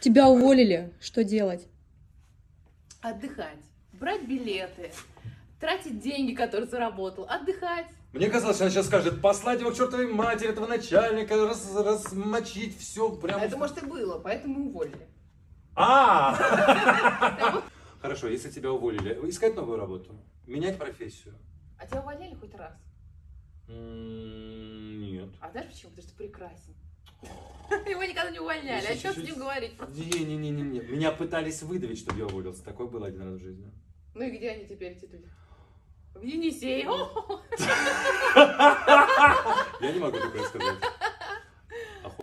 Тебя уволили, что делать? Отдыхать, брать билеты, тратить деньги, которые заработал, отдыхать. Мне казалось, что она сейчас скажет, послать его к чертовой матери, этого начальника, раз, размочить все прям... Это, может, и было, поэтому уволили. А! Хорошо, если тебя уволили, искать новую работу, менять профессию? А тебя увольняли хоть раз? М, Нет. А знаешь почему? Потому что ты прекрасен. Его никогда не увольняли. А что Ещё с чуть-чуть. ним говорить? Не-не-не-не, меня пытались выдавить, чтобы я уволился. Такое было один раз в жизни. Ну и где они теперь, эти люди? В Енисей. О, Я не могу такое сказать.